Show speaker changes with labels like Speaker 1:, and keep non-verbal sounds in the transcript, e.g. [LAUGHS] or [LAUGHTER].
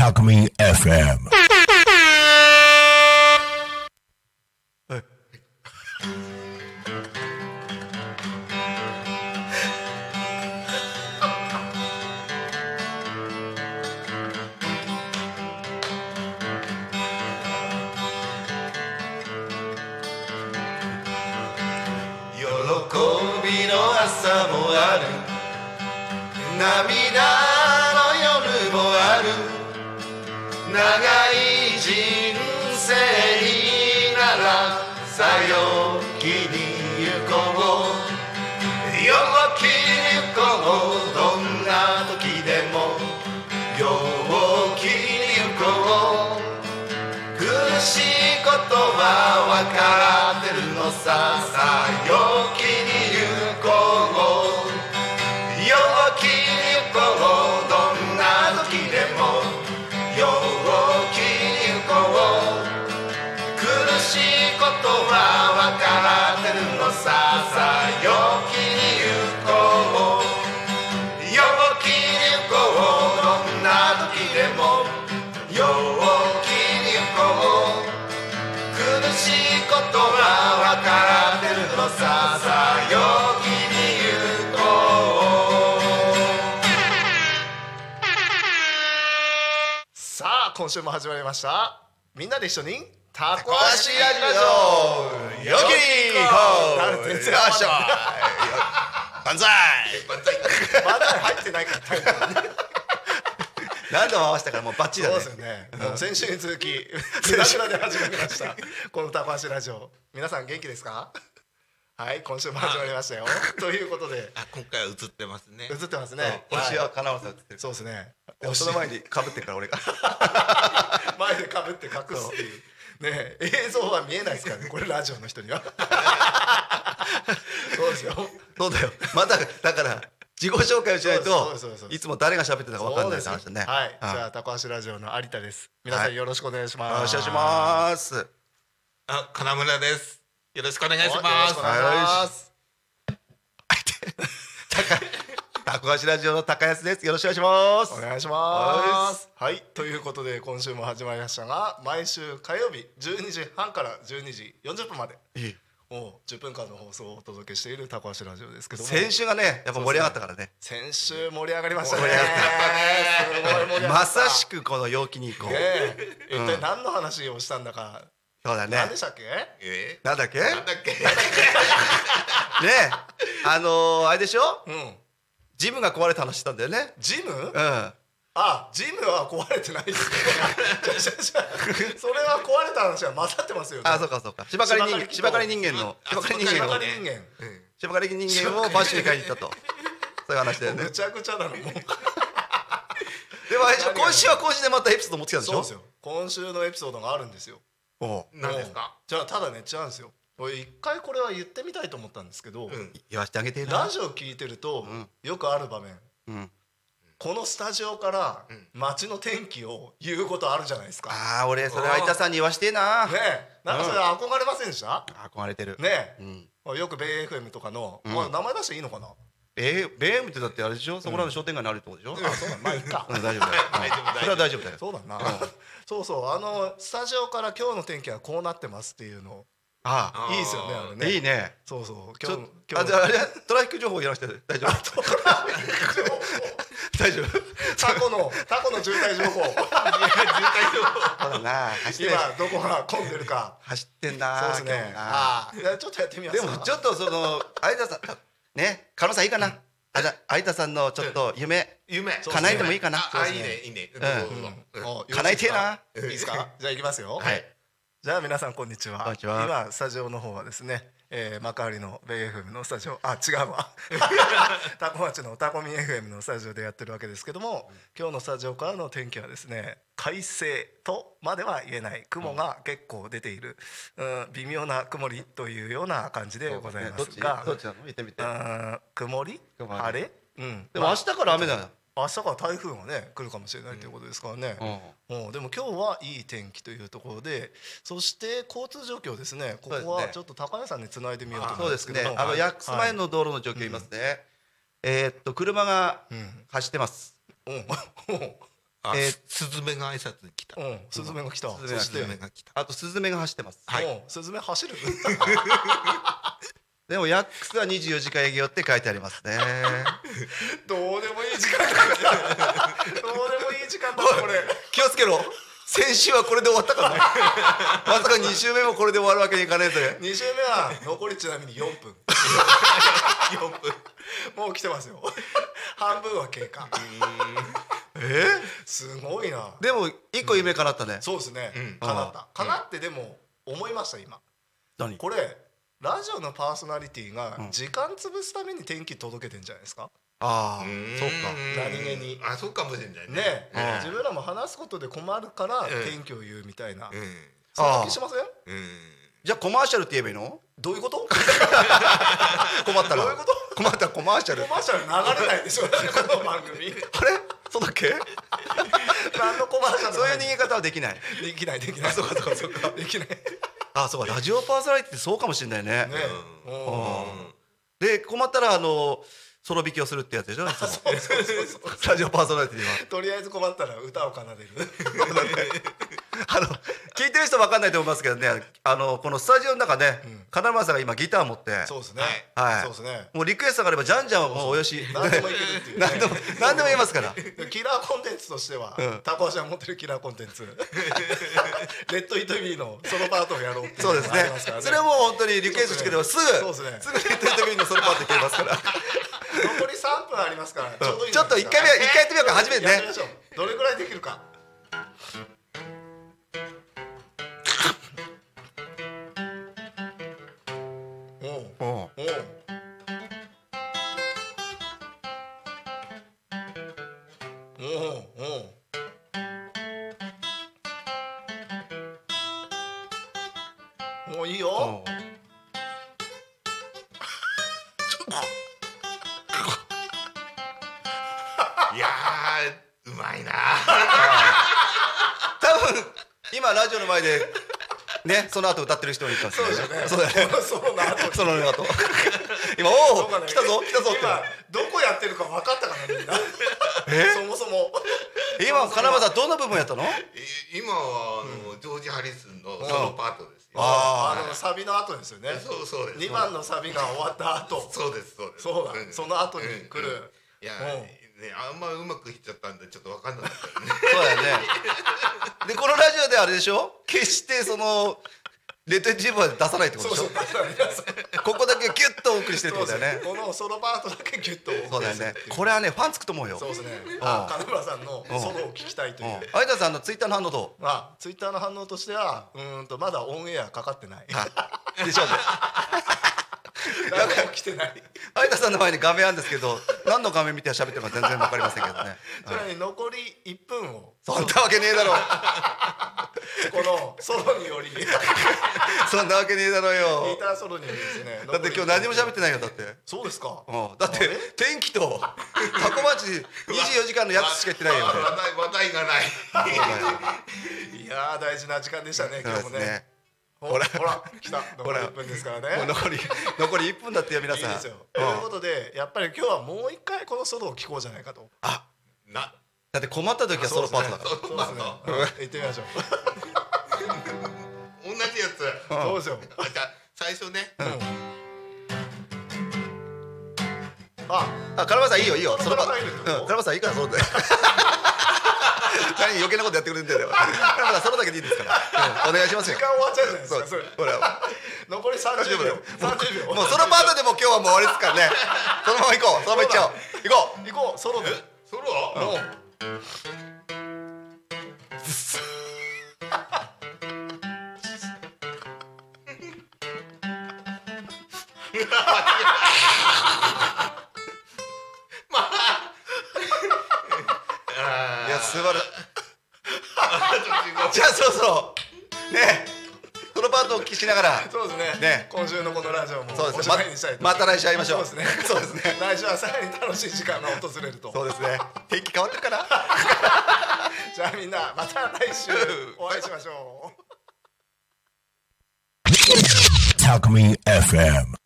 Speaker 1: Alchemy FM.
Speaker 2: 喜びの朝もある涙の夜もある長い人生ならさよきに行こう陽気に行こうどんな時でも陽気に行こう苦しいことは分かってるのささあ陽気に行こう陽気に行こうどんな時でも陽気に行こう苦しいことは分かってるのささあ陽気に行こう陽気に行こうどんな時でも陽気に行こう苦しいことは分かってるのささあ陽気に行こう
Speaker 3: さあ今週も始まりましたみんなで一緒にたこ
Speaker 2: 足
Speaker 3: 足ラ
Speaker 2: ラ
Speaker 3: ジ
Speaker 2: ジオ陽気に行こう
Speaker 3: なる全然
Speaker 2: よいしょ万歳
Speaker 3: オまだ入ってないからタイトル
Speaker 2: 何度回したからもうバッチリ
Speaker 3: そう
Speaker 2: だ
Speaker 3: で
Speaker 2: ね
Speaker 3: すよねもう先週に続き [LAUGHS] フラフラで始まりましたこのたこ足ラジオ皆さん元気ですかはい今週も始まりましたよということで
Speaker 4: あ今回は映ってますね
Speaker 3: 映ってますね
Speaker 2: 今週
Speaker 3: はい
Speaker 2: は金正映ってる
Speaker 3: そうですね
Speaker 2: でもその前にかぶってるから俺が [LAUGHS]
Speaker 3: 前でかぶって隠すっていうねえ映像は見えないですからねこれラジオの人に [LAUGHS] はそうですよ
Speaker 2: そうだよまだだから自己紹介をしない
Speaker 3: そう
Speaker 2: と
Speaker 3: ですそうですそうです
Speaker 2: いつも誰が喋ってたか分かんないって
Speaker 3: そう
Speaker 2: 話
Speaker 3: で
Speaker 2: だ
Speaker 3: す
Speaker 2: ね
Speaker 3: はい、じ
Speaker 2: うん
Speaker 3: ゃあ高橋ラジオの有田です。皆さ
Speaker 2: は
Speaker 3: ん
Speaker 2: い
Speaker 3: よろしくお願いします。
Speaker 2: お願いします
Speaker 4: あ金村ですよろしくお願い
Speaker 3: お。
Speaker 4: します
Speaker 3: お願いします。
Speaker 2: たこ足ラジオの高安ですよろしくお願いします
Speaker 3: お願いします。はい、ということで今週も始まりましたが、毎週火曜日12時半から12時40分まで、もう10分間の放送をお届けしている高橋ラジオですけども、
Speaker 2: 先週がねやっぱ盛り上がったからね
Speaker 3: 先週盛り上がりましたね。
Speaker 2: 盛り上がった
Speaker 3: すごい盛り上がった。
Speaker 2: まさしくこの陽気に行こう
Speaker 3: ねえ、一体何の話をしたんだか、
Speaker 2: そうだね
Speaker 3: 何でしたっけ？
Speaker 4: え
Speaker 2: なんだっけね
Speaker 4: ーなんだっけ
Speaker 2: あのーあれでしょ
Speaker 3: うん、
Speaker 2: ジムが壊れた話したんだよね
Speaker 3: ジム？
Speaker 2: うん
Speaker 3: あ、ジムは壊れて [LAUGHS] ないですね。じゃじゃじゃそれは壊れた話は混ざってますよね。
Speaker 2: あそうかそうか芝刈り人間
Speaker 3: 芝
Speaker 2: 芝
Speaker 3: 刈
Speaker 2: 刈
Speaker 3: り
Speaker 2: り人
Speaker 3: 人
Speaker 2: 間の
Speaker 4: あ
Speaker 2: 芝刈り人間
Speaker 3: 人間
Speaker 2: の
Speaker 3: 人間。
Speaker 2: 芝刈り人間をバッシュに買いに
Speaker 3: [LAUGHS]
Speaker 2: 行ったとそういう話だよね
Speaker 3: ぐちゃぐち
Speaker 2: [LAUGHS]
Speaker 3: ゃだなもう。
Speaker 2: でもあれでしょ今週は今週でまたエピソード持ってきたんでし
Speaker 3: そう
Speaker 2: ょ
Speaker 3: ですよ。今週のエピソードがあるんですよ。
Speaker 2: おう
Speaker 4: 何ですか
Speaker 3: じゃあただね違うんですよ。俺一回これは言ってみたいと思ったんですけど、
Speaker 4: うん
Speaker 2: 言わせてあげてえ
Speaker 3: ラ
Speaker 2: な
Speaker 3: ジオ聞いてると
Speaker 2: ん
Speaker 3: よくある場面。
Speaker 2: うん
Speaker 3: このスタジオから
Speaker 4: ん
Speaker 3: 街の天気を言うことあるじゃないですか。ね
Speaker 2: あー俺それ相田さんに言わしてえな
Speaker 3: え、なんかそれ憧れませんでした？
Speaker 2: 憧れてる
Speaker 3: ね
Speaker 2: うん
Speaker 3: え、よくベイ FM とかの、
Speaker 2: ん
Speaker 3: まあ名前出していいのかな？
Speaker 2: えー、ベームってだってあれでしょそこらの商店街にあるってことでしょ、
Speaker 3: あ、そうだ、まあいいか。
Speaker 2: うん、
Speaker 3: [LAUGHS]
Speaker 2: 大丈夫だよ、
Speaker 4: 大丈夫
Speaker 2: うんそれは大丈夫だよ
Speaker 3: そうだな。 [LAUGHS] そうそう、あのスタジオから今日の天気はこうなってますっていうの。
Speaker 2: あ
Speaker 3: いいですよね、あれ
Speaker 2: あ
Speaker 3: ね。
Speaker 2: いいね
Speaker 3: そうそう、
Speaker 2: ち
Speaker 3: 今
Speaker 2: ょ
Speaker 3: 日
Speaker 2: っとあ
Speaker 3: の、今日
Speaker 2: じゃああれトラフィック情報いらして大丈夫
Speaker 3: の。
Speaker 2: [LAUGHS] 大丈夫
Speaker 3: タコの、タコの渋滞情
Speaker 2: [LAUGHS]
Speaker 3: 報。
Speaker 2: そうだな走っ
Speaker 3: 今
Speaker 2: て、
Speaker 3: どこが混んでるか。
Speaker 2: 走ってんな
Speaker 3: そうです
Speaker 2: 今
Speaker 3: ね
Speaker 2: 日。な
Speaker 3: ああ、じゃあちょっとやってみます
Speaker 2: で
Speaker 3: か。
Speaker 2: もちょっとその相田さんね狩野さんいいかなあじゃあ相田さんのちょっと夢
Speaker 4: 夢
Speaker 2: そう叶えてもいいかな
Speaker 4: ああいいねいいねどうぞどうぞうん
Speaker 3: およろしいですか
Speaker 2: 叶えてえない
Speaker 3: いですか。じゃあ、行きますよ。
Speaker 2: はい。
Speaker 3: じゃあ皆さんこんにちは。
Speaker 2: こんにちは
Speaker 3: 今スタジオの方はですね、えー、幕張のベイ FM のスタジオ、あ違う
Speaker 2: [LAUGHS]
Speaker 3: わ。タコ町のタコミ FM のスタジオでやってるわけですけども、今日のスタジオからの天気はですね、快晴とまでは言えない雲が結構出ている、うん、微妙な曇りというような感じでございま
Speaker 2: どっ
Speaker 3: す
Speaker 2: ち
Speaker 3: が、
Speaker 2: どっちなの見てみて
Speaker 3: うん曇り
Speaker 2: 曇り
Speaker 3: 晴れ、うん。
Speaker 2: でも明日から雨だよ
Speaker 3: 明日から台風がね来るかもしれないということですからね、うんでも今日はいい天気というところでそして交通状況ですねこ
Speaker 2: そう
Speaker 3: こ
Speaker 2: です
Speaker 3: は
Speaker 2: ね
Speaker 3: ちょっと高谷さんにつないでみようと
Speaker 2: そう
Speaker 3: 思うん
Speaker 2: で
Speaker 3: です
Speaker 2: す
Speaker 3: けど
Speaker 2: ねあの薬草前の道路の状況言いますねえーっと車が
Speaker 3: はいうん
Speaker 2: [LAUGHS] 走ってます
Speaker 3: うん
Speaker 4: あ、
Speaker 1: えー
Speaker 4: すスズメが挨拶に来た。
Speaker 3: うん、スズメが来た。
Speaker 1: ス
Speaker 3: そ
Speaker 4: スズ、
Speaker 3: して
Speaker 1: ズメが来た
Speaker 4: メが来た。
Speaker 1: あとスズメが走ってます
Speaker 4: はい
Speaker 3: もうスズメ走る。
Speaker 1: でもヤックスは24時間営業って書いてありますね
Speaker 3: どうでもいい時間だった。 [LAUGHS] どうでもいい時間だったこれ。
Speaker 1: 気をつけろ先週はこれで終わっ
Speaker 3: [LAUGHS]
Speaker 1: たからねまさか2週目もこれで終わるわけにいかねえぜ
Speaker 3: 二週目は残りちなみに四分。
Speaker 4: 四分。
Speaker 3: もう来てますよ。半分は経過。すごいな。
Speaker 1: でも一個夢叶ったね、
Speaker 3: そうですね。
Speaker 4: うん
Speaker 3: かなった。かなってでも思いました今。
Speaker 1: 何
Speaker 3: これラジオのパーソナリティが
Speaker 1: うん
Speaker 3: 時間潰すために天気届けてんじゃないですか。
Speaker 1: ああ
Speaker 4: ん
Speaker 1: そうか。
Speaker 3: 何気に
Speaker 4: あ、そうかもしれない
Speaker 3: ね
Speaker 4: ね。
Speaker 1: うん
Speaker 3: 自分らも話すことで困るから
Speaker 4: うん
Speaker 3: 天気を言うみたいな。
Speaker 4: う
Speaker 3: そんな気しません？
Speaker 4: ん。うん。
Speaker 1: じゃあコマーシャルって言えばいいの
Speaker 3: どういうこと？
Speaker 1: 困ったら
Speaker 3: どういうこと
Speaker 1: 困ったらコマーシャル
Speaker 3: コマーシャル流れないでしょ [LAUGHS] この番組。
Speaker 1: あれそうだっけ
Speaker 3: [LAUGHS] 何のコマーシャル
Speaker 1: そういう逃げ方はできない
Speaker 3: できないできないそうかそうかそうか [LAUGHS] できないね
Speaker 1: あそうかラジオパーソナリティってそうかもしれないね
Speaker 3: うん
Speaker 1: で困ったらあのソロ弾きをするってやつでしょいつも [LAUGHS] ラジオパーソナリティは
Speaker 3: とりあえず困ったら歌を奏でる
Speaker 1: あの聞いてる人分かんないと思いますけどねあのこのスタジオの中ね
Speaker 3: ん
Speaker 1: 金村さんが今ギター持って
Speaker 3: そうですね
Speaker 1: はい
Speaker 3: そうですね
Speaker 1: もうリクエストがあればじゃんじゃんはもうおよし
Speaker 3: [LAUGHS] 何でもいけるっていうね
Speaker 1: 何でも何でも言いますから
Speaker 3: [LAUGHS] キラーコンテンツとしては
Speaker 1: うん
Speaker 3: タコ足が持ってるキラーコンテン
Speaker 1: [LAUGHS]
Speaker 3: ツレッド・イート・ビーのそのパートをやろうってい
Speaker 1: そうですね
Speaker 3: のがありますから
Speaker 1: それはもう本当にリクエストしてくればすぐ
Speaker 3: そうですね
Speaker 1: すぐレッド・イット・ビーのソロパートいけますから
Speaker 3: 残り3分ありますからちょうどいい
Speaker 1: ちょっと一回目一回やってみようか初めて
Speaker 3: やって
Speaker 1: ね
Speaker 3: みましょうどれぐらいできるかおう
Speaker 1: うん
Speaker 3: おうおうおうもういいよ。
Speaker 4: いやー、うまいな。
Speaker 1: 多分今ラジオの前でねその後歌ってる人に言ったんですよねそうだよね
Speaker 3: そうなの。
Speaker 1: その
Speaker 3: [LAUGHS]
Speaker 1: 後今
Speaker 3: そう
Speaker 1: お
Speaker 3: かね
Speaker 1: お来たぞ来たぞ
Speaker 3: 今
Speaker 1: っ
Speaker 3: どこやってるか分かったからみんな [LAUGHS] そもそも
Speaker 1: て今金村さんどんな部分やったの
Speaker 4: い今は、あの、ジョージハリスンのソロパートですよ。
Speaker 1: あ
Speaker 3: あのサビの後ですよね
Speaker 4: そう、そうです。
Speaker 3: 2番のサビが終わった後
Speaker 4: そうです。そうです。
Speaker 3: そうだ
Speaker 4: ん
Speaker 3: その後に来
Speaker 4: うんうん
Speaker 3: る
Speaker 4: いや、
Speaker 3: うん
Speaker 4: ね、あんまうまく弾いちゃったんで、ちょっとわかんなかったね。
Speaker 1: そうだよねでこのラジオであれでしょ決してそのレッドエッジブは出さないってこと
Speaker 3: そう
Speaker 1: でし
Speaker 3: そ
Speaker 1: ょ
Speaker 3: うだから皆さん
Speaker 1: ここだけギュッとお送りしてるって
Speaker 3: そう
Speaker 1: こ
Speaker 3: で
Speaker 1: と
Speaker 3: す
Speaker 1: だよ
Speaker 3: ね
Speaker 1: ね
Speaker 3: このソロパートだけギュッと
Speaker 1: そうだよねこれはねファンつくと思うよ
Speaker 3: そうですね
Speaker 1: ん
Speaker 3: あ金村さんのソロを聞きたいという
Speaker 1: うん有田さんのツイッターの反応ど
Speaker 3: まあツイッターの反応としてはうーんとまだオンエアかかってないう
Speaker 1: でしょうね
Speaker 3: 何も来てない
Speaker 1: 有田さんの前に画面あるんですけど何の画面見て喋ってるか全然わかりませんけどね
Speaker 3: それに残り1分を
Speaker 1: そんなわけねえだろ
Speaker 3: このソロによ
Speaker 1: [LAUGHS]
Speaker 3: り
Speaker 1: そんなわけねえだろ
Speaker 3: ギ
Speaker 1: よ
Speaker 3: ターソロによりですね
Speaker 1: だって今日何も喋って
Speaker 3: い
Speaker 1: ないよだって
Speaker 3: そうですか
Speaker 1: うんだって天気とタコ町24時間のやつしか言ってないよ
Speaker 4: わ
Speaker 1: 俺
Speaker 4: 話題、話題がない。
Speaker 3: いやー大事な時間でしたね今日
Speaker 1: そ
Speaker 3: も
Speaker 1: う
Speaker 3: ね
Speaker 1: ですね
Speaker 3: ほらほら来た残
Speaker 1: ら
Speaker 3: り1分ですから
Speaker 1: もう
Speaker 3: ね
Speaker 1: 残り残り1分だってよ皆
Speaker 3: いい
Speaker 1: さん
Speaker 3: ですよ
Speaker 1: う
Speaker 3: と
Speaker 1: ん
Speaker 3: いうことでやっぱり今日はもう一回このソロを聴こうじゃないかと
Speaker 4: な。
Speaker 1: だって困った時はソロパートだから
Speaker 3: そうですね行ってみましょ
Speaker 4: 同
Speaker 3: う
Speaker 4: じやつ。
Speaker 3: そうですよ
Speaker 4: あじゃあ最初ね。
Speaker 3: あ
Speaker 1: あ、カラバさんいいよいいよ。
Speaker 3: そ
Speaker 1: そ
Speaker 3: の
Speaker 1: の
Speaker 3: ま
Speaker 1: 場、
Speaker 3: ま
Speaker 1: うん、カラバさんいいからそれで。何余計なことやってくれるんだよ。カラバさんそれだけでいいですから。うんお願いしますよ
Speaker 3: 時。間終わっちゃうじゃないです
Speaker 1: そう
Speaker 3: かそれ
Speaker 1: ほら、
Speaker 3: 残り30秒30秒
Speaker 1: もうそのパートでもう今日はもう終わりですからね。そのまま行こう。そのまま行っちゃおう。行こう。
Speaker 3: 行こうソロで
Speaker 4: ソロ。
Speaker 3: もう
Speaker 4: あー
Speaker 1: いや
Speaker 3: [LAUGHS]
Speaker 1: 素晴らしい。
Speaker 4: あ
Speaker 1: じゃあそうそう。ね、そのパートをお聞きしながら。
Speaker 3: そうですね
Speaker 1: ね
Speaker 3: 今週のこのラジオも
Speaker 1: そうで
Speaker 3: お
Speaker 1: す
Speaker 3: し
Speaker 1: ね
Speaker 3: まいにしたいと。
Speaker 1: ままた来週会いましょう。
Speaker 3: そうですね
Speaker 1: そうですね。
Speaker 3: 来週はさらに楽しい時間が訪れると
Speaker 1: そうですね。天気変わってるかな。
Speaker 3: じゃあみんなまた来
Speaker 1: [LAUGHS]
Speaker 3: 週お会いしましょう
Speaker 5: Talk Me FM.